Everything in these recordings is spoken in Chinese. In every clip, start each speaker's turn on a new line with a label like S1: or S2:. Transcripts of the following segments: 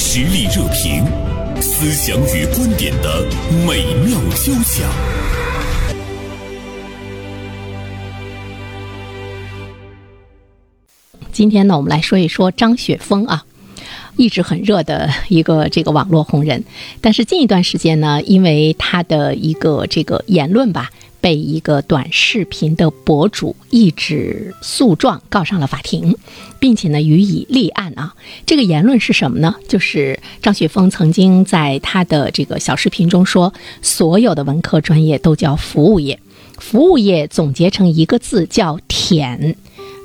S1: 实力热评，思想与观点的美妙交响。
S2: 今天呢，我们来说一说张雪峰啊，一直很热的一个这个网络红人。但是近一段时间呢，因为他的一个这个言论吧，被一个短视频的博主一纸诉状告上了法庭，并且呢予以立案啊。这个言论是什么呢？就是张雪峰曾经在他的这个小视频中说，所有的文科专业都叫服务业，服务业总结成一个字叫舔。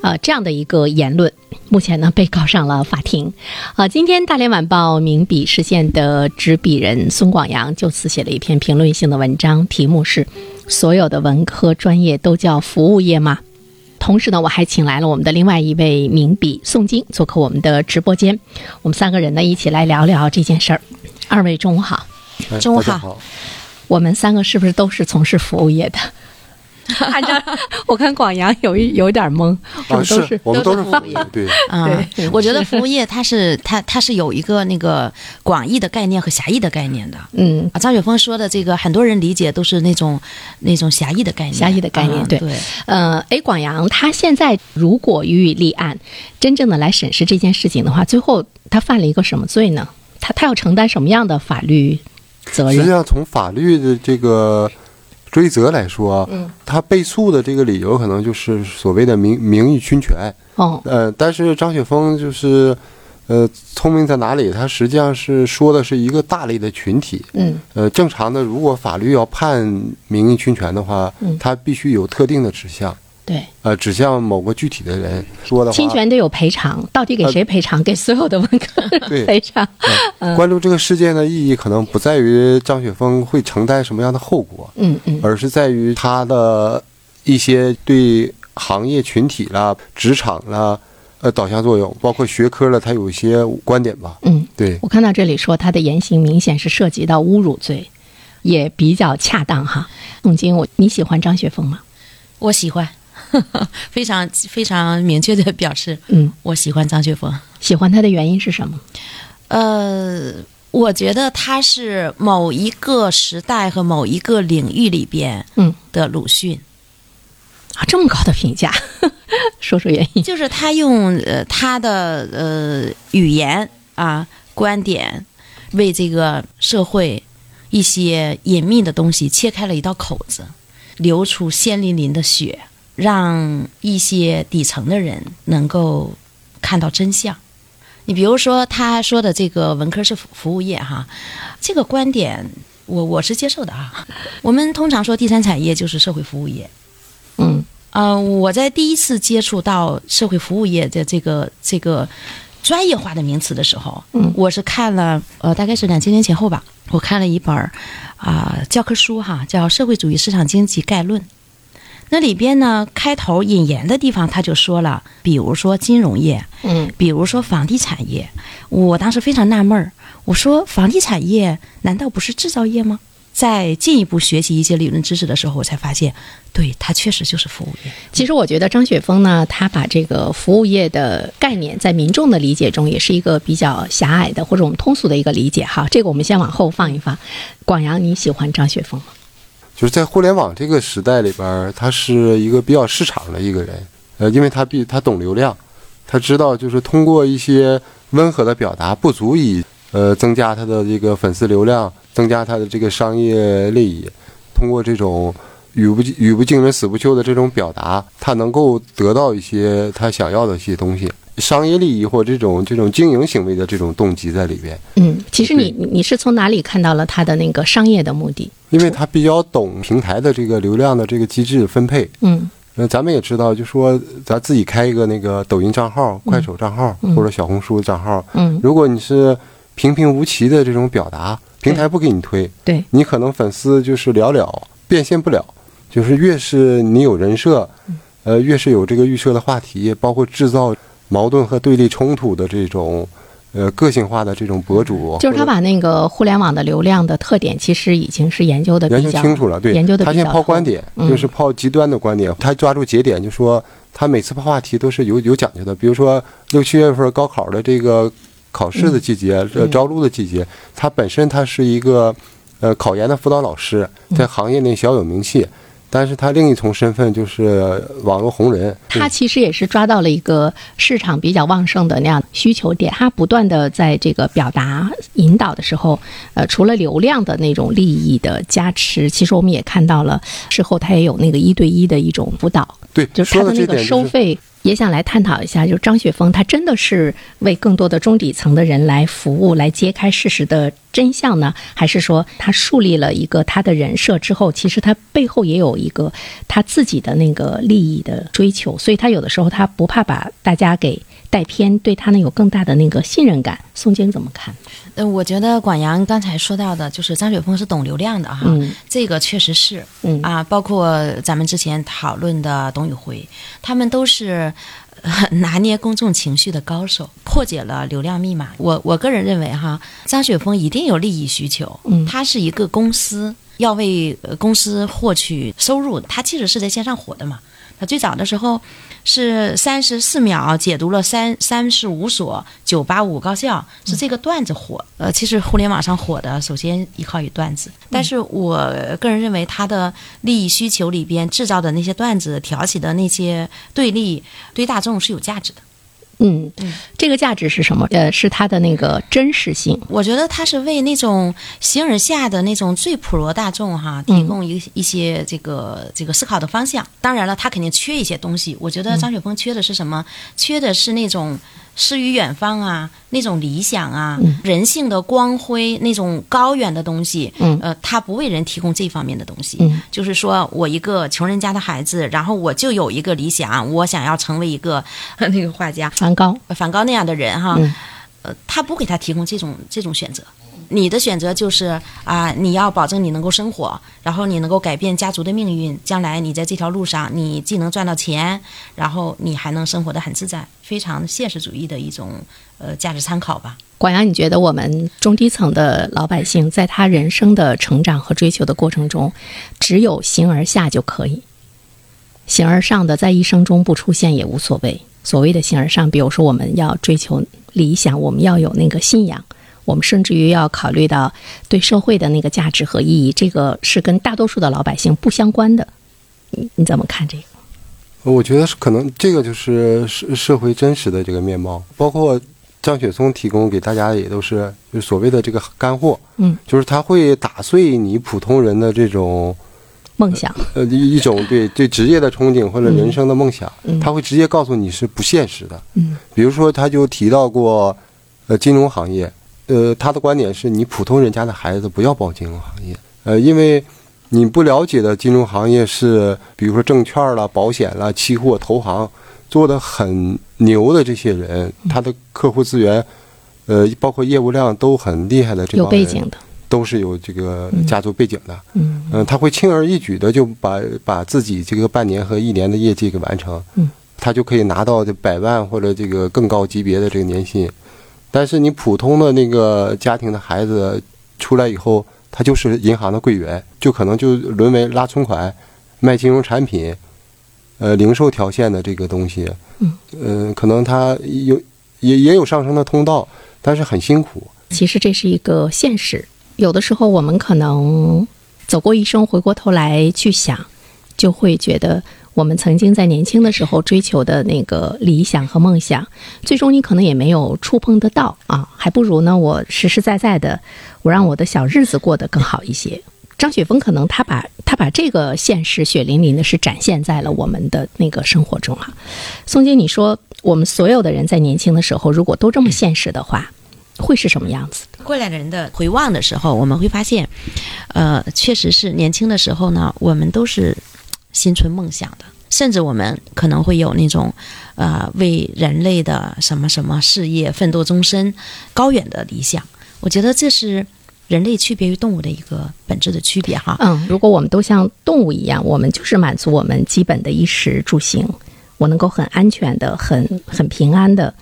S2: 呃，这样的一个言论，目前呢被告上了法庭。呃，今天《大连晚报》名笔视线的执笔人孙广阳就此写了一篇评论性的文章，题目是“所有的文科专业都叫服务业吗？”同时呢，我还请来了我们的另外一位名笔宋晶做客我们的直播间，我们三个人呢一起来聊聊这件事儿。二位中午好，
S3: 哎
S4: 中午
S3: 大家
S4: 好
S3: 好，
S2: 我们三个是不是都是从事服务业的？按照 我看广阳有一有点懵，我
S3: 啊
S2: 们都
S3: 是
S2: 是
S3: 我们
S4: 都
S3: 都
S4: 是
S3: 是
S4: 服务
S3: 服务业，对，
S4: 啊
S2: 对
S4: 我觉得服务业它是它它是有一个那个广义的概念和狭义的概念的。
S2: 嗯，
S4: 啊，张雪峰说的这个，很多人理解都是那种那种狭义的概念，
S2: 狭义的概念
S4: 啊
S2: 对
S4: 对
S2: 呃，哎，广阳，他现在如果予以立案，真正的来审视这件事情的话，最后他犯了一个什么罪呢？他他要承担什么样的法律责
S3: 实
S2: 任？
S3: 际上从法律的这个追责来说，啊
S2: 嗯
S3: 他被诉的这个理由可能就是所谓的名名誉侵权，
S2: 哦，
S3: 呃，但是张雪峰就是。呃，聪明在哪里？他实际上是说的是一个大类的群体。
S2: 嗯
S3: 呃，正常的，如果法律要判名誉侵权的话
S2: 嗯，
S3: 它必须有特定的指向，
S2: 对，
S3: 呃，指向某个具体的人说的话。
S2: 侵权得有赔偿，到底给谁赔偿？给所有的文科人
S3: 对
S2: 赔偿？呃
S3: 关注这个事件的意义，可能不在于张雪峰会承担什么样的后果，
S2: 嗯嗯
S3: 而是在于他的一些对行业群体啦、职场啦，呃，导向作用，包括学科了，他有一些观点吧。
S2: 嗯，
S3: 对，
S2: 我看到这里说他的言行明显是涉及到侮辱罪，也比较恰当哈。宋晶，我你喜欢张雪峰吗？
S4: 我喜欢， 非常非常明确的表示，
S2: 嗯，
S4: 我喜欢张雪峰。
S2: 喜欢他的原因是什么？
S4: 呃，我觉得他是某一个时代和某一个领域里边
S2: 嗯
S4: 的鲁迅，
S2: 啊，这么高的评价， 说说原因。
S4: 就是他用呃他的呃语言啊观点，为这个社会一些隐秘的东西切开了一道口子，流出鲜淋淋的血，让一些底层的人能够看到真相。你比如说他说的这个文科是服服务业哈，这个观点我我是接受的啊。 我们通常说第三产业就是社会服务业，
S2: 嗯
S4: 呃，我在第一次接触到社会服务业的这个这个专业化的名词的时候，
S2: 嗯
S4: 我是看了呃，大概是两千年前后吧，我看了一本儿啊、教科书哈，叫《社会主义市场经济概论》。那里边呢，开头引言的地方他就说了，比如说金融业，
S2: 嗯
S4: 比如说房地产业，我当时非常纳闷儿，我说房地产业难道不是制造业吗？在进一步学习一些理论知识的时候，我才发现，对，它确实就是服务业。
S2: 其实我觉得张雪峰呢，他把这个服务业的概念在民众的理解中也是一个比较狭隘的，或者我们通俗的一个理解哈。这个我们先往后放一放。广阳，你喜欢张雪峰吗？
S3: 就是在互联网这个时代里边儿，他是一个比较市场的一个人，呃，因为他比他懂流量，他知道就是通过一些温和的表达不足以呃增加他的这个粉丝流量，增加他的这个商业利益，通过这种语不语不惊人死不休的这种表达，他能够得到一些他想要的一些东西，商业利益或这种这种经营行为的这种动机在里边。
S2: 嗯，其实你你你是从哪里看到了他的那个商业的目的？
S3: 因为他比较懂平台的这个流量的这个机制分配，
S2: 嗯
S3: 那咱们也知道，就说咱自己开一个那个抖音账号、快手账号、或者小红书账号，
S2: 嗯，
S3: 如果你是平平无奇的这种表达，平台不给你推，
S2: 对，
S3: 你可能粉丝就是寥寥，变现不了。就是越是你有人设，
S2: 嗯
S3: 呃，越是有这个预设的话题，包括制造矛盾和对立冲突的这种，呃，个性化的这种博主，
S2: 就是他
S3: 或者
S2: 把那个互联网的流量的特点，其实已经是研究的
S3: 研
S2: 呃比
S3: 究
S2: 较
S3: 清楚了，对，
S2: 研究的
S3: 他
S2: 比
S3: 现
S2: 较
S3: 在抛观
S2: 透
S3: 点，
S2: 嗯
S3: 就是抛极端的观点，他抓住节点，就说他每次抛话题都是有有讲究的。比如说六七月份高考的这个考试
S2: 嗯
S3: 的季节，呃，招录的季节，他本身他是一个呃考研的辅导老师，
S2: 嗯
S3: 在行业内小有名气，但是他另一重身份就是网络红人，
S2: 它其实也是抓到了一个市场比较旺盛的那样的需求点，它不断的在这个表达引导的时候，呃，除了流量的那种利益的加持，其实我们也看到了事后它也有那个一对一的一种辅导，
S3: 对，
S2: 就
S3: 说
S2: 它
S3: 到
S2: 的
S3: 这
S2: 那
S3: 一点
S2: 个
S3: 就是
S2: 收费。也想来探讨一下，就张雪峰，他真的是为更多的中底层的人来服务，来揭开事实的真相呢，还是说他树立了一个他的人设之后，其实他背后也有一个他自己的那个利益的追求，所以他有的时候他不怕把大家给带偏，对他呢有更大的那个信任感。宋晶怎么看？
S4: 呃，我觉得广阳刚才说到的，就是张雪峰是懂流量的哈，啊
S2: 嗯
S4: 这个确实是，
S2: 嗯
S4: 啊，包括咱们之前讨论的董宇辉，他们都是。呃拿捏公众情绪的高手，破解了流量密码。我我个人认为哈，张雪峰一定有利益需求，
S2: 嗯
S4: 他是一个公司，要为呃公司获取收入的。他其实是在线上火的嘛，他最早的时候是三十四秒解读了三三十五所九八五高校，是这个段子火。呃，其实互联网上火的，首先依靠于段子，但是我个人认为他的利益需求里边制造的那些段子挑起的那些对立，对大众是有价值的。
S2: 嗯，这个价值是什么？呃，是他的那个真实性。
S4: 我觉得他是为那种形而下的那种最普罗大众哈，
S2: 嗯
S4: 提供一一些这个这个思考的方向。当然了，他肯定缺一些东西。我觉得张雪峰缺的是什么？
S2: 嗯
S4: 缺的是那种诗与远方啊，那种理想啊，
S2: 嗯
S4: 人性的光辉，那种高远的东西。
S2: 嗯
S4: 呃，他不为人提供这方面的东西。
S2: 嗯
S4: 就是说我一个穷人家的孩子，然后我就有一个理想，我想要成为一个 那个画家。
S2: 梵高，
S4: 梵高那样的人哈，
S2: 嗯
S4: 呃，他不给他提供这种这种选择。你的选择就是啊、你要保证你能够生活，然后你能够改变家族的命运。将来你在这条路上，你既能赚到钱，然后你还能生活的很自在，非常现实主义的一种呃价值参考吧。
S2: 广阳，你觉得我们中低层的老百姓，在他人生的成长和追求的过程中，只有形而下就可以，形而上的在一生中不出现也无所谓。所谓的形而上，比如说我们要追求理想，我们要有那个信仰，我们甚至于要考虑到对社会的那个价值和意义，这个是跟大多数的老百姓不相关的。你你怎么看这个？
S3: 我觉得是可能这个就是社社会真实的这个面貌，包括张雪松提供给大家也都是就是所谓的这个干货，
S2: 嗯，
S3: 就是他会打碎你普通人的这种
S2: 梦想，
S3: 呃一一种对对职业的憧憬或者人生的梦想，他会直接告诉你是不现实的。
S2: 嗯，
S3: 比如说他就提到过，呃，金融行业，呃，他的观点是你普通人家的孩子不要报金融行业，呃，因为你不了解的金融行业是，比如说证券啦、保险啦、期货、投行做的很牛的这些人，
S2: 嗯
S3: 他的客户资源，呃，包括业务量都很厉害的这
S2: 有
S3: 帮人，
S2: 背景的，
S3: 都是有这个家族背景的。
S2: 嗯
S3: 嗯，他会轻而易举的就把把自己这个半年和一年的业绩给完成，
S2: 嗯，
S3: 他就可以拿到这百万或者这个更高级别的这个年薪。但是你普通的那个家庭的孩子出来以后，他就是银行的柜员，就可能就沦为拉存款、卖金融产品、呃零售条线的这个东西，
S2: 嗯，
S3: 呃，可能他有也也有上升的通道，但是很辛苦。
S2: 其实这是一个现实。有的时候我们可能走过一生，回过头来去想，就会觉得我们曾经在年轻的时候追求的那个理想和梦想，最终你可能也没有触碰得到啊，还不如呢，我实实在在的，我让我的小日子过得更好一些。张雪峰可能他把他把这个现实血淋淋的是展现在了我们的那个生活中啊。宋晶，你说我们所有的人在年轻的时候，如果都这么现实的话，会是什么样子？
S4: 过来人的回望的时候，我们会发现，呃，确实是年轻的时候呢，我们都是心存梦想的，甚至我们可能会有那种，呃，为人类的什么什么事业奋斗终身、高远的理想。我觉得这是人类区别于动物的一个本质的区别哈。
S2: 嗯，如果我们都像动物一样，我们就是满足我们基本的衣食住行，我能够很安全的、很很平安的，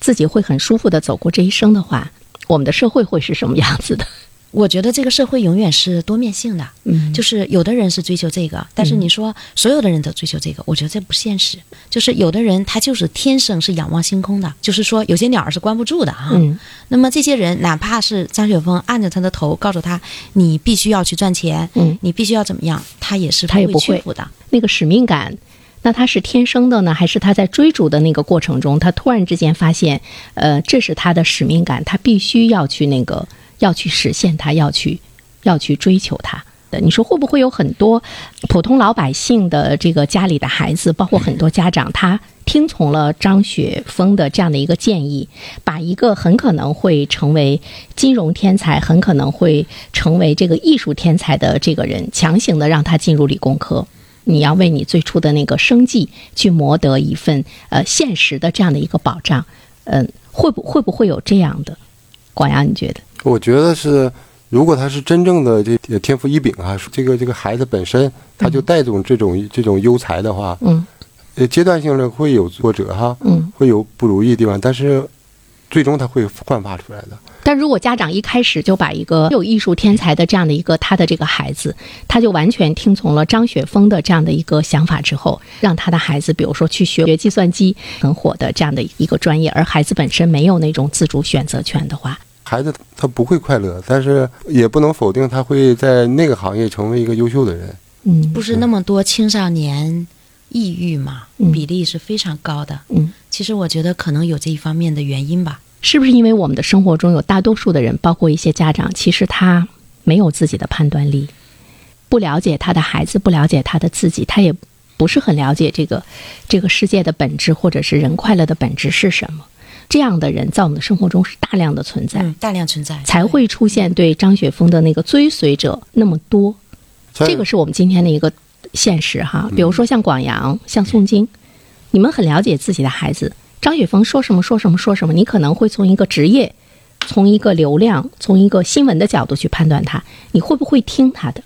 S2: 自己会很舒服的走过这一生的话，我们的社会会是什么样子的？
S4: 我觉得这个社会永远是多面性的，
S2: 嗯，
S4: 就是有的人是追求这个，但是你说所有的人都追求这个，我觉得这不现实。就是有的人他就是天生是仰望星空的，就是说有些鸟儿是关不住的啊。
S2: 嗯
S4: 那么这些人，哪怕是张雪峰按着他的头告诉他，你必须要去赚钱，
S2: 嗯，
S4: 你必须要怎么样，他也是
S2: 他也不会嗯
S4: 屈服的。
S2: 那个使命感，那他是天生的呢，还是他在追逐的那个过程中，他突然之间发现，呃，这是他的使命感，他必须要去那个，要去实现它，要去，要去追求它。的你说会不会有很多普通老百姓的这个家里的孩子，包括很多家长，他听从了张雪峰的这样的一个建议，把一个很可能会成为金融天才、很可能会成为这个艺术天才的这个人，强行的让他进入理工科？你要为你最初的那个生计去谋得一份呃现实的这样的一个保障，嗯，会不会不会有这样的？广阳，你觉得？
S3: 我觉得是，如果他是真正的这呃天赋异禀啊，这个这个孩子本身他就带种这种这种优才的话，
S2: 嗯
S3: 呃，阶段性的会有挫折哈，
S2: 嗯。
S3: 会有不如意的地方，但是最终他会焕发出来的。
S2: 但如果家长一开始就把一个有艺术天才的这样的一个他的这个孩子，他就完全听从了张雪峰的这样的一个想法之后，让他的孩子比如说去学学计算机很火的这样的一个专业，而孩子本身没有那种自主选择权的话，
S3: 孩子他不会快乐，但是也不能否定他会在那个行业成为一个优秀的人。
S2: 嗯，
S4: 不是那么多青少年抑郁嘛，
S2: 嗯
S4: 比例是非常高的。
S2: 嗯。
S4: 其实我觉得可能有这一方面的原因吧。
S2: 是不是因为我们的生活中有大多数的人，包括一些家长，其实他没有自己的判断力，不了解他的孩子，不了解他的自己，他也不是很了解这个这个世界的本质，或者是人快乐的本质是什么。这样的人在我们的生活中是大量的存在，
S4: 嗯，大量存在
S2: 才会出现对张雪峰的那个追随者那么多。
S3: 虽然
S2: 这个是我们今天的一个现实哈。比如说像广阳、像宋晶，你们很了解自己的孩子。张雪峰说什么说什么说什么，你可能会从一个职业、从一个流量、从一个新闻的角度去判断他，你会不会听他的？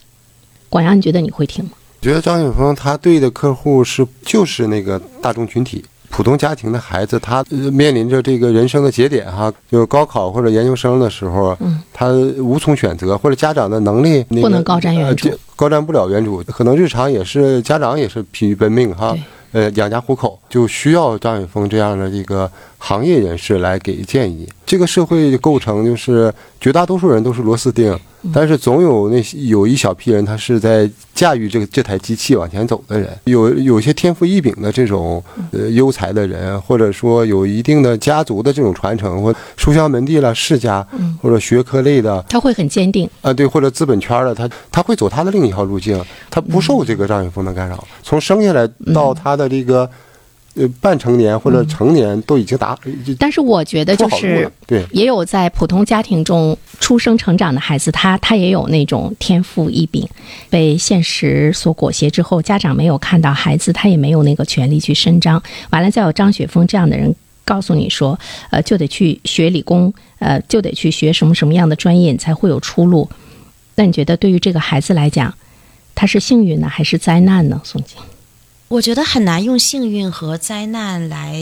S2: 广阳，你觉得你会听吗？
S3: 我觉得张雪峰他对的客户是就是那个大众群体。普通家庭的孩子，他呃面临着这个人生的节点哈，就高考或者研究生的时候，
S2: 嗯
S3: 他无从选择，或者家长的能力、那个、
S2: 不能高瞻远瞩
S3: 呃，这高瞻不了远瞩，可能日常也是家长也是疲于奔命哈
S2: 对，
S3: 呃，养家糊口就需要张雪峰这样的一个行业人士来给建议。这个社会构成就是绝大多数人都是螺丝钉，但是总有那些有一小批人，他是在驾驭这个这台机器往前走的人。有有些天赋异禀的这种呃优才的人，或者说有一定的家族的这种传承，或书香门第了世家，或者学科类的
S2: 他会很坚定。
S3: 啊，对，或者资本圈的，他他会走他的另一条路径，他不受这个张雪峰的干扰。从生下来到他的这个呃半成年或者成年，都已经达就
S2: 但是我觉得就
S3: 铺好路
S2: 是
S3: 了。对，
S2: 也有在普通家庭中出生成长的孩子，他他也有那种天赋异禀，被现实所裹挟之后，家长没有看到孩子，他也没有那个权利去伸张。完了，再有张雪峰这样的人告诉你说，呃，就得去学理工，呃，就得去学什么什么样的专业，你才会有出路。那你觉得对于这个孩子来讲，他是幸运呢，还是灾难呢？宋晶，
S4: 我觉得很难用幸运和灾难来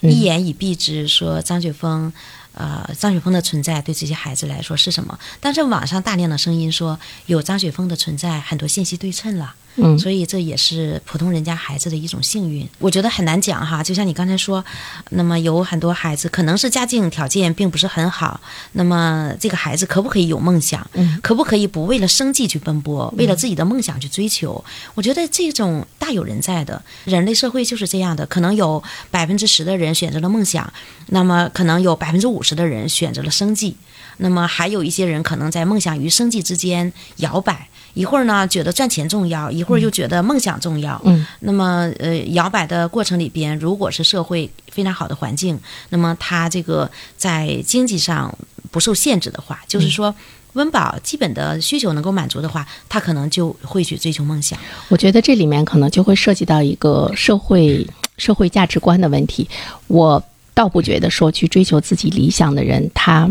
S4: 一言以蔽之，说张雪峰，呃，张雪峰的存在对这些孩子来说是什么？但是网上大量的声音说有张雪峰的存在，很多信息对称了，
S2: 嗯
S4: 所以这也是普通人家孩子的一种幸运。我觉得很难讲哈，就像你刚才说，那么有很多孩子可能是家境条件并不是很好，那么这个孩子可不可以有梦想？
S2: 嗯
S4: 可不可以不为了生计去奔波，为了自己的梦想去追求？我觉得这种大有人在的，人类社会就是这样的。可能有百分之十的人选择了梦想，那么可能有百分之五十的人选择了生计，那么还有一些人可能在梦想与生计之间摇摆。一会儿呢，觉得赚钱重要；一会儿又觉得梦想重要。
S2: 嗯，
S4: 那么呃，摇摆的过程里边，如果是社会非常好的环境，那么他这个在经济上不受限制的话，就是说温饱基本的需求能够满足的话，他可能就会去追求梦想。
S2: 我觉得这里面可能就会涉及到一个社会社会价值观的问题。我倒不觉得说去追求自己理想的人，他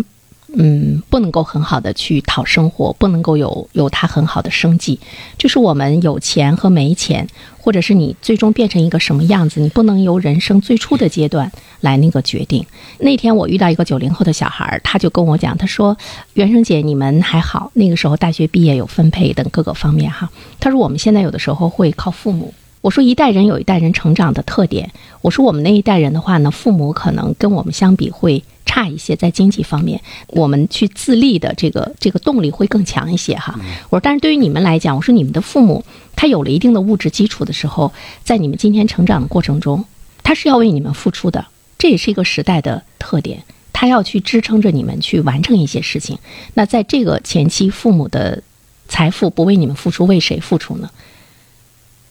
S2: 嗯，不能够很好的去讨生活，不能够有有他很好的生计，就是我们有钱和没钱，或者是你最终变成一个什么样子，你不能由人生最初的阶段来那个决定。那天我遇到一个九零后的小孩儿，他就跟我讲，他说：“袁生姐，你们还好，那个时候大学毕业有分配等各个方面哈。”他说：“我们现在有的时候会靠父母。”我说一代人有一代人成长的特点。我说我们那一代人的话呢，父母可能跟我们相比会差一些，在经济方面，我们去自立的这个这个动力会更强一些哈。我说，但是对于你们来讲，我说你们的父母他有了一定的物质基础的时候，在你们今天成长的过程中，他是要为你们付出的，这也是一个时代的特点。他要去支撑着你们去完成一些事情。那在这个前期，父母的财富不为你们付出，为谁付出呢？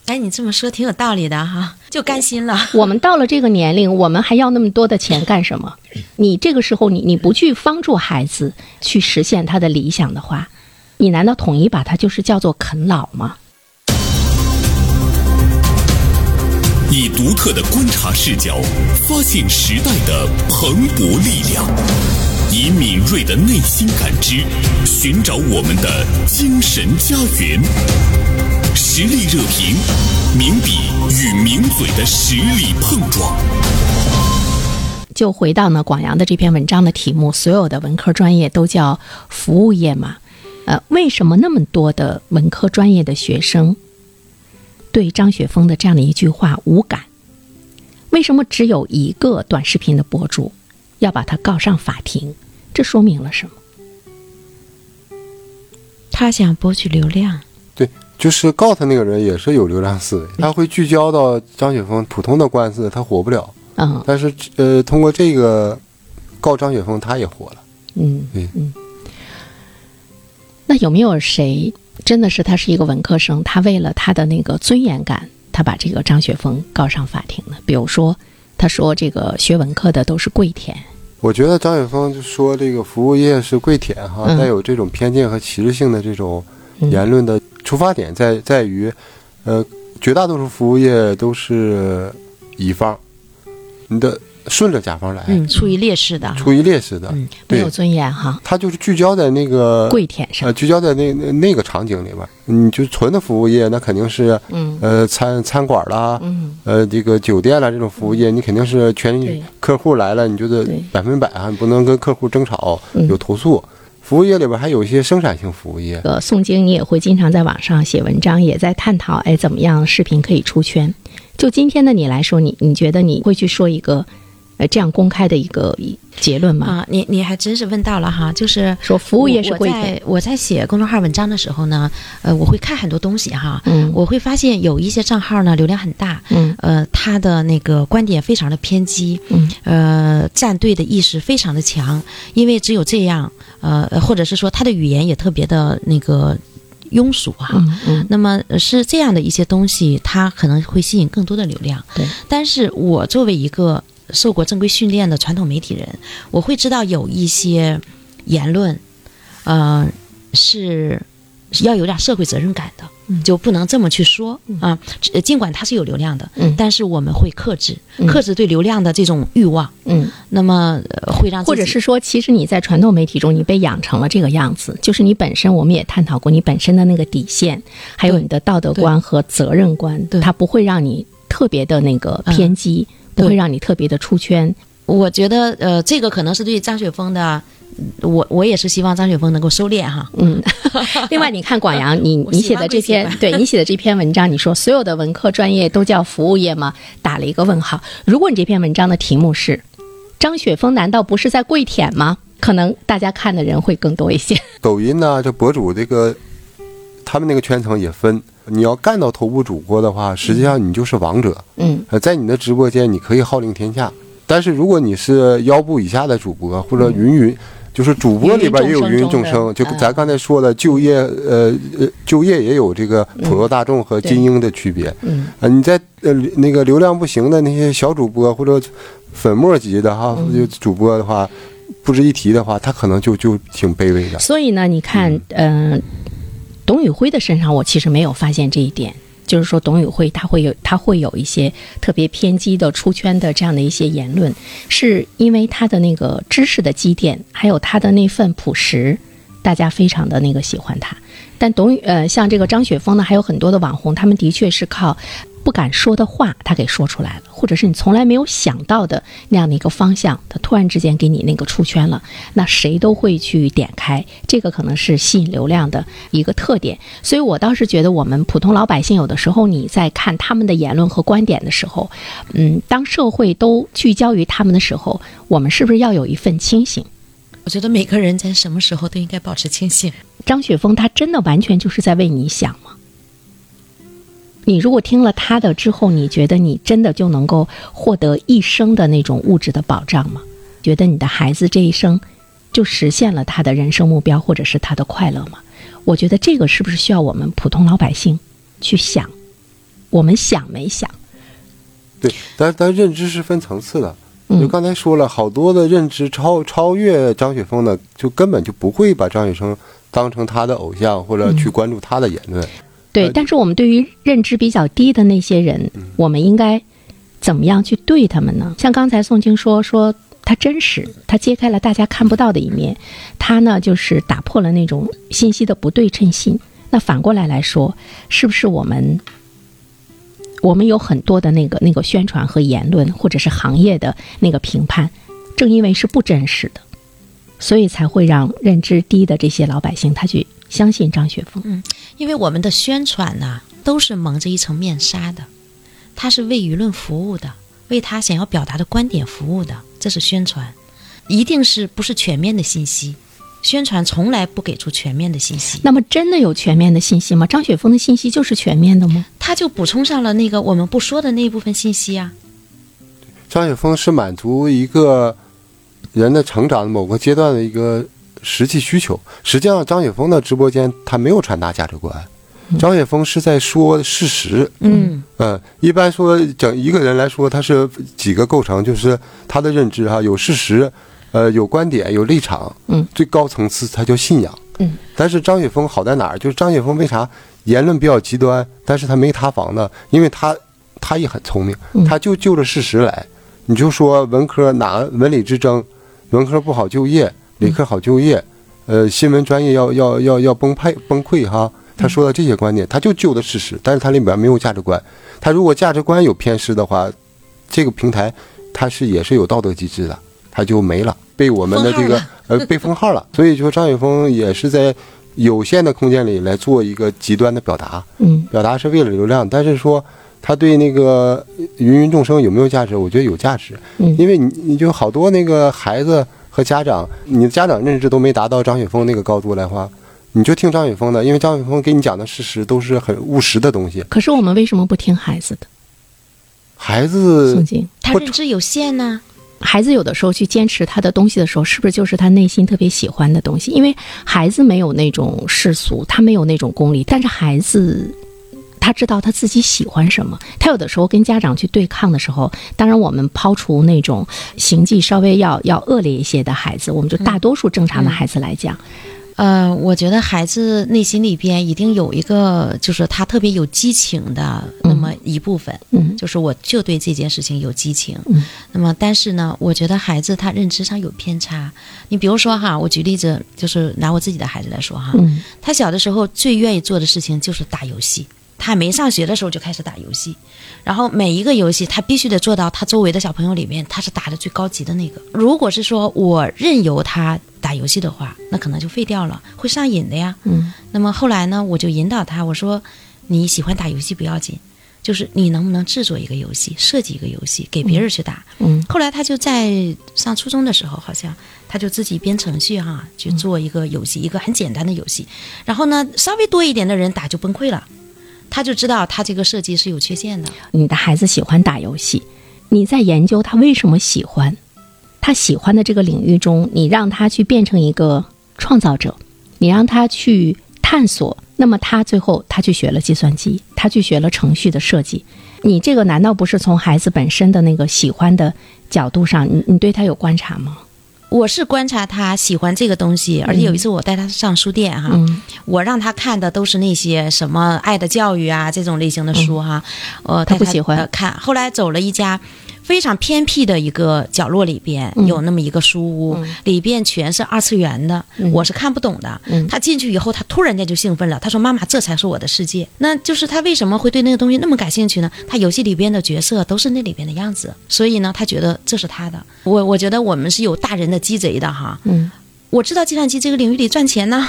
S4: 哎，你这么说挺有道理的哈，就甘心了。
S2: 我们到了这个年龄，我们还要那么多的钱干什么？你这个时候你，你不去帮助孩子去实现他的理想的话，你难道统一把它就是叫做啃老吗？
S1: 以独特的观察视角，发现时代的蓬勃力量；以敏锐的内心感知，寻找我们的精神家园。实力热评，名笔与名嘴的实力碰撞。
S2: 就回到呢广阳的这篇文章的题目，所有的文科专业都叫服务业嘛？呃，为什么那么多的文科专业的学生对张雪峰的这样的一句话无感？为什么只有一个短视频的博主要把他告上法庭？这说明了什么？
S4: 他想博取流量，
S3: 对，就是告他那个人也是有流量思维，他会聚焦到张雪峰普通的官司，他火不了。
S2: 嗯
S3: 但是呃，通过这个告张雪峰，他也火了。
S2: 嗯
S3: 嗯
S2: 嗯。那有没有谁真的是他是一个文科生，他为了他的那个尊严感，他把这个张雪峰告上法庭呢？比如说，他说这个学文科的都是跪舔，
S3: 我觉得张雪峰就说这个服务业是跪舔哈，
S2: 嗯
S3: 带有这种偏见和歧视性的这种
S2: 嗯
S3: 言论的出发点在在于，呃，绝大多数服务业都是乙方，你的顺着甲方来，
S4: 嗯，处于劣势的啊，
S3: 处于劣势的，
S4: 嗯
S2: 没
S3: 对
S2: 有，尊严哈，
S3: 他就是聚焦在那个
S2: 跪舔上，
S3: 呃，聚焦在那那那个场景里边儿，你就纯的服务业，那肯定是
S2: 嗯
S3: 呃餐餐馆啦，
S2: 嗯，
S3: 呃这个酒店啦这种服务业，你肯定是全
S2: 对
S3: 客户来了，你就得
S2: 对
S3: 百分百啊，你不能跟客户争吵
S2: 嗯，
S3: 有投诉。服务业里边还有一些生产性服务业，
S2: 呃，宋晶，你也会经常在网上写文章，也在探讨，哎，怎么样视频可以出圈？就今天的你来说，你你觉得你会去说一个，呃，这样公开的一个一结论吗？
S4: 啊，你你还真是问到了哈，就是
S2: 说服务业是
S4: 我
S2: 贵
S4: 我
S2: 的，
S4: 在我在写公众号文章的时候呢，呃，我会看很多东西哈，
S2: 嗯
S4: 我会发现有一些账号呢流量很大，
S2: 嗯
S4: 呃，他的那个观点非常的偏激，
S2: 嗯，
S4: 呃，站队的意识非常的强，因为只有这样，呃，或者是说他的语言也特别的那个庸俗哈，
S2: 嗯嗯
S4: 那么呃是这样的一些东西，它可能会吸引更多的流量。
S2: 对，
S4: 但是我作为一个受过正规训练的传统媒体人，我会知道有一些言论，呃，是是要有点社会责任感的，
S2: 嗯
S4: 就不能这么去说啊。呃尽管它是有流量的，
S2: 嗯
S4: 但是我们会克制，
S2: 嗯
S4: 克制对流量的这种欲望，
S2: 嗯，
S4: 那么、呃会让自己
S2: 或者是说，其实你在传统媒体中，你被养成了这个样子，就是你本身，我们也探讨过你本身的那个底线，还有
S4: 对
S2: 你的道德观和责任观，
S4: 对嗯
S2: 它不会让你特别的那个偏激，不
S4: 对
S2: 会让你特别的出 圈，
S4: 我觉得呃，这个可能是对张雪峰的。我我也是希望张雪峰能够收敛哈，
S2: 嗯，另外，你看广阳， 你
S4: 我
S2: 你
S4: 喜
S2: 写
S4: 欢
S2: 的
S4: 归
S2: 这
S4: 喜
S2: 篇
S4: 欢，
S2: 对你写的这篇文章，你说所有的文科专业都叫服务业吗？打了一个问号。如果你这篇文章的题目是“张雪峰难道不是在跪舔吗”，可能大家看的人会更多一些。
S3: 抖音呐，这博主这个他们那个圈层也分，你要干到头部主播的话，实际上你就是王者。
S2: 嗯
S3: 呃，在你的直播间你可以号令天下，但是如果你是腰部以下的主播或者云云，就是主播里边也有
S2: 芸
S3: 芸
S2: 芸
S3: 芸
S2: 众
S3: 众
S2: 生
S3: 生，
S2: 中的
S3: 就
S2: 嗯
S3: 咱刚才说的就业，呃呃，就业也有这个普罗大众和
S2: 对
S3: 精英的区别。
S2: 嗯
S3: 啊，你在呃那个流量不行的那些小主播或者粉末级的哈，
S2: 嗯
S3: 就主播的话，不值一提的话，他可能就就挺卑微的。
S2: 呃所以呢，你看，嗯、董宇辉的身上，我其实没有发现这一点。就是说董宇辉他会有他会有一些特别偏激的出圈的这样的一些言论，是因为他的那个知识的积淀，还有他的那份朴实，大家非常的那个喜欢他。但董宇呃，像这个张雪峰呢，还有很多的网红，他们的确是靠不敢说的话，他给说出来了，或者是你从来没有想到的那样的一个方向，他突然之间给你那个出圈了，那谁都会去点开，这个可能是吸引流量的一个特点。所以我倒是觉得，我们普通老百姓有的时候你在看他们的言论和观点的时候，嗯，当社会都聚焦于他们的时候，我们是不是要有一份清醒？
S4: 我觉得每个人在什么时候都应该保持清醒。
S2: 张雪峰他真的完全就是在为你想吗？你如果听了他的之后，你觉得你真的就能够获得一生的那种物质的保障吗？觉得你的孩子这一生就实现了他的人生目标或者是他的快乐吗？我觉得这个是不是需要我们普通老百姓去想？我们想没想？
S3: 对，但但认知是分层次的。就刚才说了，好多的认知超超越张雪峰的，就根本就不会把张雪生当成他的偶像，或者去关注他的言论。
S2: 对，
S3: 呃
S2: 但是我们对于认知比较低的那些人，我们应该怎么样去对他们呢？像刚才宋青说说他真实，他揭开了大家看不到的一面，他呢就是打破了那种信息的不对称性。那反过来来说，是不是我们我们有很多的那个那个宣传和言论，或者是行业的那个评判，正因为是不真实的，所以才会让认知低的这些老百姓他去相信张雪峰。
S4: 因为我们的宣传呐、都是蒙着一层面纱的，它是为舆论服务的，为他想要表达的观点服务的，这是宣传，一定是不是全面的信息，宣传从来不给出全面的信息。
S2: 那么，真的有全面的信息吗？张雪峰的信息就是全面的吗？
S4: 他就补充上了那个我们不说的那一部分信息啊。
S3: 张雪峰是满足一个人的成长某个阶段的一个实际需求。实际上，张雪峰的直播间他没有传达价值观，张雪峰是在说事实。
S4: 嗯，
S3: 嗯，一般说整一个人来说，他是几个构成，就是他的认知哈，有事实，呃，有观点，有立场，
S2: 嗯，
S3: 最高层次它叫信仰，
S2: 嗯。
S3: 但是张雪峰好在哪儿？就是张雪峰为啥言论比较极端，但是他没塌房呢？因为他他也很聪明，他就就着事实来。你就说文科哪文理之争，文科不好就业，理科好就业，呃，新闻专业要要要要崩溃崩溃哈。
S4: 嗯
S3: 他说的这些观点，他就就的事实，但是他里边没有价值观。他如果价值观有偏失的话，这个平台它是也是有道德机制的，它就没了，被我们的这
S4: 封
S3: 个
S4: 号了
S3: 呃被封号 了。所以说，张雪峰也是在有限的空间里来做一个极端的表达，
S2: 嗯，
S3: 表达是为了流量，但是说他对那个芸芸众生有没有价值，我觉得有价值，
S2: 嗯
S3: 因为你你就好多那个孩子和家长，你的家长认知都没达到张雪峰那个高度来话。你就听张雪峰的，因为张雪峰给你讲的事实都是很务实的东西。
S2: 可是我们为什么不听孩子的？
S3: 孩子
S2: 宋晶，
S4: 他
S3: 不
S4: 认知有限呐、
S2: 孩子有的时候去坚持他的东西的时候，是不是就是他内心特别喜欢的东西？因为孩子没有那种世俗，他没有那种功利，但是孩子。他知道他自己喜欢什么。他有的时候跟家长去对抗的时候，当然我们抛除那种行迹稍微要要恶劣一些的孩子，我们就
S3: 嗯
S2: 大多数正常的孩子来讲，
S4: 呃，我觉得孩子内心里边一定有一个，就是他特别有激情的那么一部分，
S2: 嗯
S4: 就是我就对这件事情有激情。
S2: 嗯
S4: 那么，但是呢，我觉得孩子他认知上有偏差。你比如说哈，我举例子，就是拿我自己的孩子来说哈，
S2: 嗯
S4: 他小的时候最愿意做的事情就是打游戏。他没上学的时候就开始打游戏，然后每一个游戏他必须得做到他周围的小朋友里面他是打的最高级的那个。如果是说我任由他打游戏的话，那可能就废掉了，会上瘾的呀。
S2: 嗯
S4: 那么后来呢，我就引导他，我说你喜欢打游戏不要紧，就是你能不能制作一个游戏，设计一个游戏给别人去打。
S2: 嗯
S4: 后来他就在上初中的时候，好像他就自己编程序哈、去做一个游戏，一个很简单的游戏。然后呢，稍微多一点的人打就崩溃了，他就知道他这个设计是有缺陷的。
S2: 你的孩子喜欢打游戏，你在研究他为什么喜欢，他喜欢的这个领域中，你让他去变成一个创造者，你让他去探索，那么他最后他去学了计算机，他去学了程序的设计，你这个难道不是从孩子本身的那个喜欢的角度上，你你对他有观察吗？
S4: 我是观察他喜欢这个东西，而且有一次我带他上书店哈，
S2: 嗯
S4: 我让他看的都是那些什么《爱的教育啊》这种类型的书哈，呃，
S2: 嗯他
S4: 带
S2: 不喜欢
S4: 呃看。后来走了一家非常偏僻的一个角落里边，
S2: 嗯
S4: 有那么一个书屋，里边全是二次元的，我是看不懂的。
S2: 嗯
S4: 他进去以后，他突然间就兴奋了，他说：“妈妈，这才是我的世界。”那就是他为什么会对那个东西那么感兴趣呢？他游戏里边的角色都是那里边的样子，所以呢，他觉得这是他的。我我觉得我们是有大人的鸡贼的哈，
S2: 嗯，
S4: 我知道计算机这个领域里赚钱呢。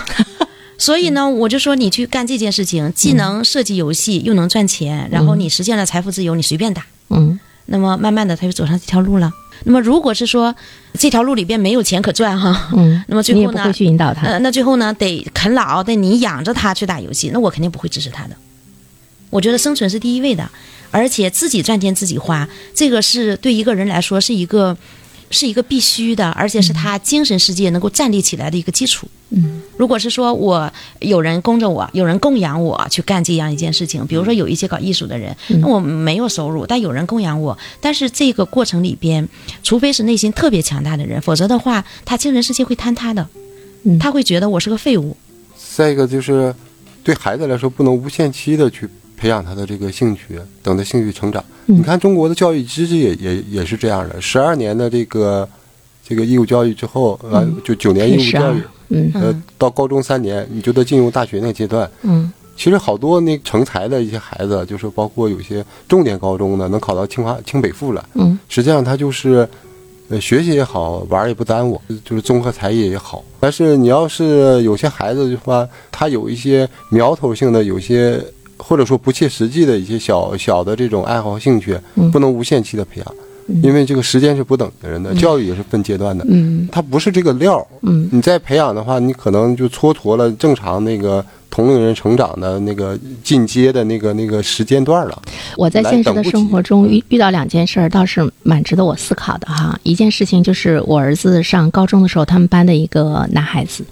S4: 所以
S2: 嗯
S4: 呢，我就说你去干这件事情，既能设计游戏，又能赚钱，然后你实现了财富自由，你随便打。
S2: 嗯
S4: 那么慢慢的，他就走上这条路了。那么如果是说这条路里边没有钱可赚哈，
S2: 嗯，
S4: 那么最
S2: 你也
S4: 后
S2: 不
S4: 呢，
S2: 会去引导他，
S4: 呃，那最后呢，得啃老，得你养着他去打游戏，那我肯定不会支持他的。我觉得生存是第一位的，而且自己赚钱自己花，这个是对一个人来说是一个是一个必须的，而且是他精神世界能够站立起来的一个基础。
S2: 嗯，
S4: 如果是说我有人供着我，有人供养我去干这样一件事情，比如
S2: 嗯
S4: 说有一些搞艺术的人，那我没有收入，但有人供养我，但是这个过程里边，除非是内心特别强大的人，否则的话，他精神世界会坍塌的。
S2: 嗯
S4: 他会觉得我是个废物。
S3: 再一个就是，对孩子来说，不能无限期的去培养他的这个兴趣，等他兴趣成长。
S2: 嗯
S3: 你看中国的教育机制也也也是这样的，十二年的这个这个义务教育之后，完、就九年义务
S2: 是
S3: 教
S2: 啊
S3: 育，，
S2: 嗯
S3: 呃，到高中三年，你就得进入大学那个阶段。
S2: 嗯
S3: 其实好多那成才的一些孩子，就是包括有些重点高中的，能考到清华、清北附了。
S2: 嗯
S3: 实际上他就是，呃，学习也好，玩儿也不耽误，就是综合才艺也好。但是你要是有些孩子的话，他有一些苗头性的，有些或者说不切实际的一些小小的这种爱好兴趣
S2: 嗯，
S3: 不能无限期的培养，因为这个时间是不等的人的，教育也是分阶段的。
S2: 嗯
S3: 他不是这个料儿，
S2: 嗯
S3: 你再培养的话，你可能就蹉跎了正常那个同龄人成长的那个进阶的那个那个时间段了。
S2: 我在现实的生活中
S3: 来等不及嗯
S2: 遇遇到两件事儿，倒是蛮值得我思考的哈。一件事情就是我儿子上高中的时候，他们班的一个男孩子，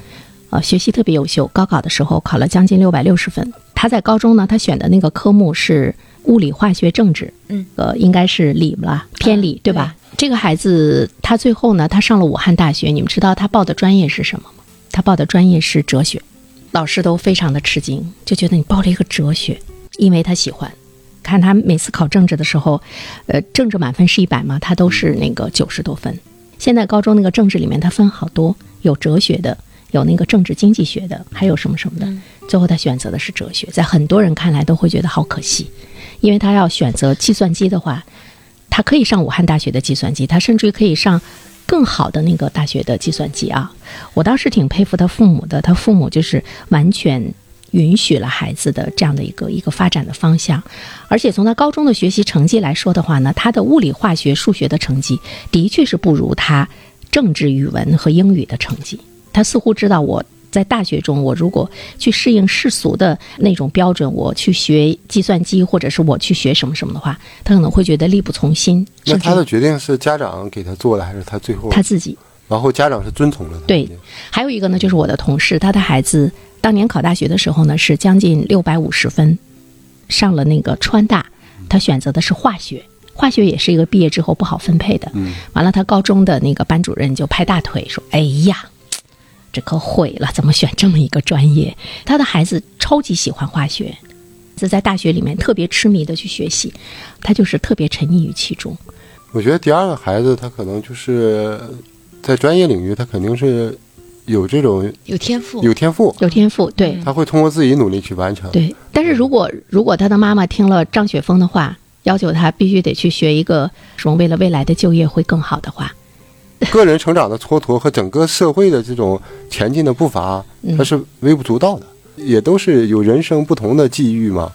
S2: 呃，学习特别优秀，高考的时候考了将近六百六十分。他在高中呢，他选的那个科目是物理、化学、政治，
S4: 嗯，
S2: 呃，应该是理吧，偏理、对吧？这个孩子他最后呢，他上了武汉大学，你们知道他报的专业是什么吗？他报的专业是哲学，老师都非常的吃惊，就觉得你报了一个哲学，因为他喜欢。看他每次考政治的时候，呃，政治满分是一百嘛，他都是那个九十多分。现在高中那个政治里面，它分好多，有哲学的，有那个政治经济学的，还有什么什么的。最后他选择的是哲学，在很多人看来都会觉得好可惜，因为他要选择计算机的话，他可以上武汉大学的计算机，他甚至于可以上更好的那个大学的计算机啊。我倒是挺佩服他父母的，他父母就是完全允许了孩子的这样的一个一个发展的方向。而且从他高中的学习成绩来说的话呢，他的物理、化学、数学的成绩的确是不如他政治、语文和英语的成绩。他似乎知道我在大学中，我如果去适应世俗的那种标准，我去学计算机或者是我去学什么什么的话，他可能会觉得力不从心，
S3: 那
S2: 甚
S3: 他
S2: 至
S3: 的决定是家长给他做的，还是他最后？
S2: 他自己。
S3: 然后家长是遵从了他的
S2: 对
S3: 决定。
S2: 还有一个呢，就是我的同事，他的孩子当年考大学的时候呢，是将近六百五十分，上了那个川大，他选择的是化学，化学也是一个毕业之后不好分配的。
S3: 嗯，
S2: 完了，他高中的那个班主任就拍大腿说：“哎呀，这可毁了，怎么选这么一个专业？”他的孩子超级喜欢化学，是在大学里面特别痴迷的去学习，他就是特别沉溺于其中。
S3: 我觉得第二个孩子他可能就是在专业领域，他肯定是有这种
S4: 有天赋
S3: 有天赋，
S2: 有天赋，对，
S3: 他会通过自己努力去完
S4: 嗯
S3: 成。
S2: 对，但是如果如果他的妈妈听了张雪峰的话，要求他必须得去学一个什么为了未来的就业会更好的话，
S3: 个人成长的蹉跎和整个社会的这种前进的步伐，它是微不足道的，也都是有人生不同的际遇嘛。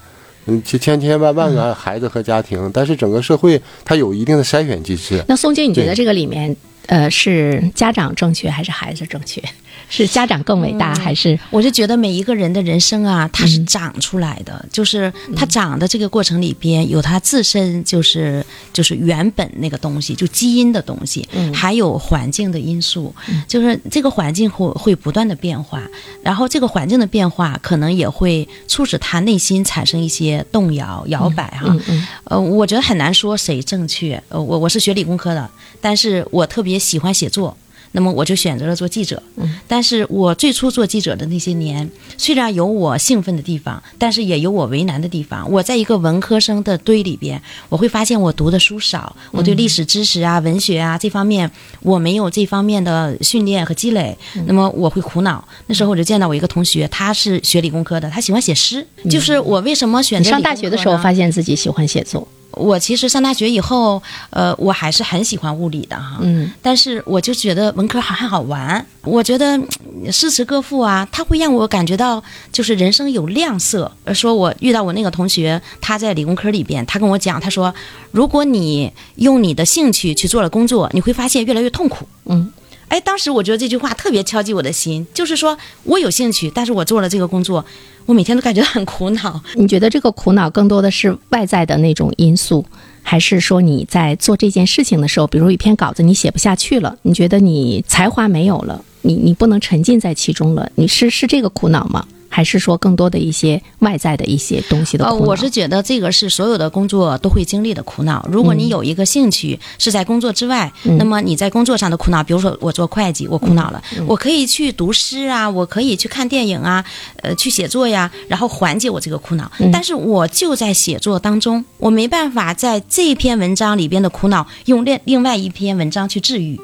S3: 嗯，千千千万万个孩子和家庭，但是整个社会它有一定的筛选 机制。
S2: 那宋晶，你觉得
S3: 对
S2: 这个里面，呃，是家长正确还是孩子正确？是家长更伟大、
S4: 嗯
S2: 还是
S4: 我就觉得每一个人的人生啊，他是长出来的，就是他长的这个过程里边有他自身就是就是原本那个东西，就基因的东西，还有环境的因素，就是这个环境会会不断的变化，然后这个环境的变化可能也会促使他内心产生一些动摇、摇摆哈、
S2: 嗯嗯
S4: 呃，我觉得很难说谁正确。呃，我我是学理工科的，但是我特别喜欢写作。那么我就选择了做记者。
S2: 嗯
S4: 但是我最初做记者的那些年，虽然有我兴奋的地方，但是也有我为难的地方。我在一个文科生的堆里边，我会发现我读的书少，我
S2: 嗯
S4: 对历史知识啊、文学啊这方面我没有这方面的训练和积累，
S2: 嗯
S4: 那么我会苦恼。那时候我就见到我一个同学，他是学理工科的，他喜欢写诗。就是我为什么选
S2: 嗯你
S4: 择
S2: 上
S4: 理
S2: 大
S4: 工
S2: 学的
S4: 科
S2: 时候
S4: 呢
S2: 发现自己喜欢写作，
S4: 我其实上大学以后，呃，我还是很喜欢物理的哈。
S2: 嗯，
S4: 但是我就觉得文科好还好玩，我觉得嗯诗词歌赋啊，它会让我感觉到就是人生有亮色。呃说我遇到我那个同学，他在理工科里边，他跟我讲，他说，如果你用你的兴趣去做了工作，你会发现越来越痛苦。
S2: 嗯，
S4: 哎，当时我觉得这句话特别敲击我的心，就是说我有兴趣，但是我做了这个工作，我每天都感觉很苦恼。
S2: 你觉得这个苦恼更多的是外在的那种因素，还是说你在做这件事情的时候，比如一篇稿子你写不下去了，你觉得你才华没有了，你你不能沉浸在其中了，你是是这个苦恼吗？还是说更多的一些外在的一些东西的苦恼？
S4: 呃我是觉得这个是所有的工作都会经历的苦恼。如果
S2: 嗯
S4: 你有一个兴趣是在工作之外，那么你在工作上的苦恼，比如说我做会计，我
S2: 嗯
S4: 苦恼了，我可以去读诗啊，我可以去看电影啊，呃，去写作呀，然后缓解我这个苦恼。
S2: 嗯
S4: 但是我就在写作当中，我没办法在这篇文章里边的苦恼用另另外一篇文章去治愈。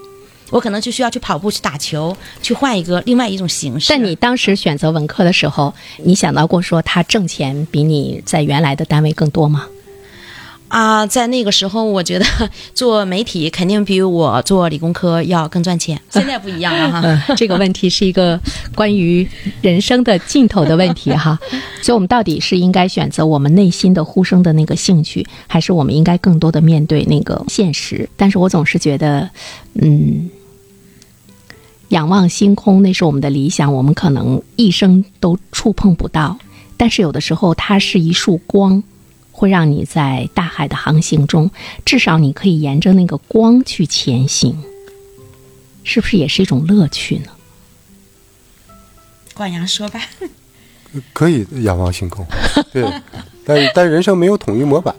S4: 我可能就需要去跑步、去打球，去换一个另外一种形式。
S2: 但你当时选择文科的时候，你想到过说他挣钱比你在原来的单位更多吗？
S4: 啊，在那个时候，我觉得 做媒体肯定比我做理工科要更赚钱。现在不一样了 哈。
S2: 这个问题是一个关于人生的尽头的问题哈，所以我们到底是应该选择我们内心的呼声的那个兴趣，还是我们应该更多的面对那个现实？但是我总是觉得，嗯，仰望星空那是我们的理想，我们可能一生都触碰不到，但是有的时候它是一束光。会让你在大海的航行中，至少你可以沿着那个光去前行，是不是也是一种乐趣呢？
S4: 冠阳说吧，
S3: 可以仰望星空，对，但但人生没有统一模板。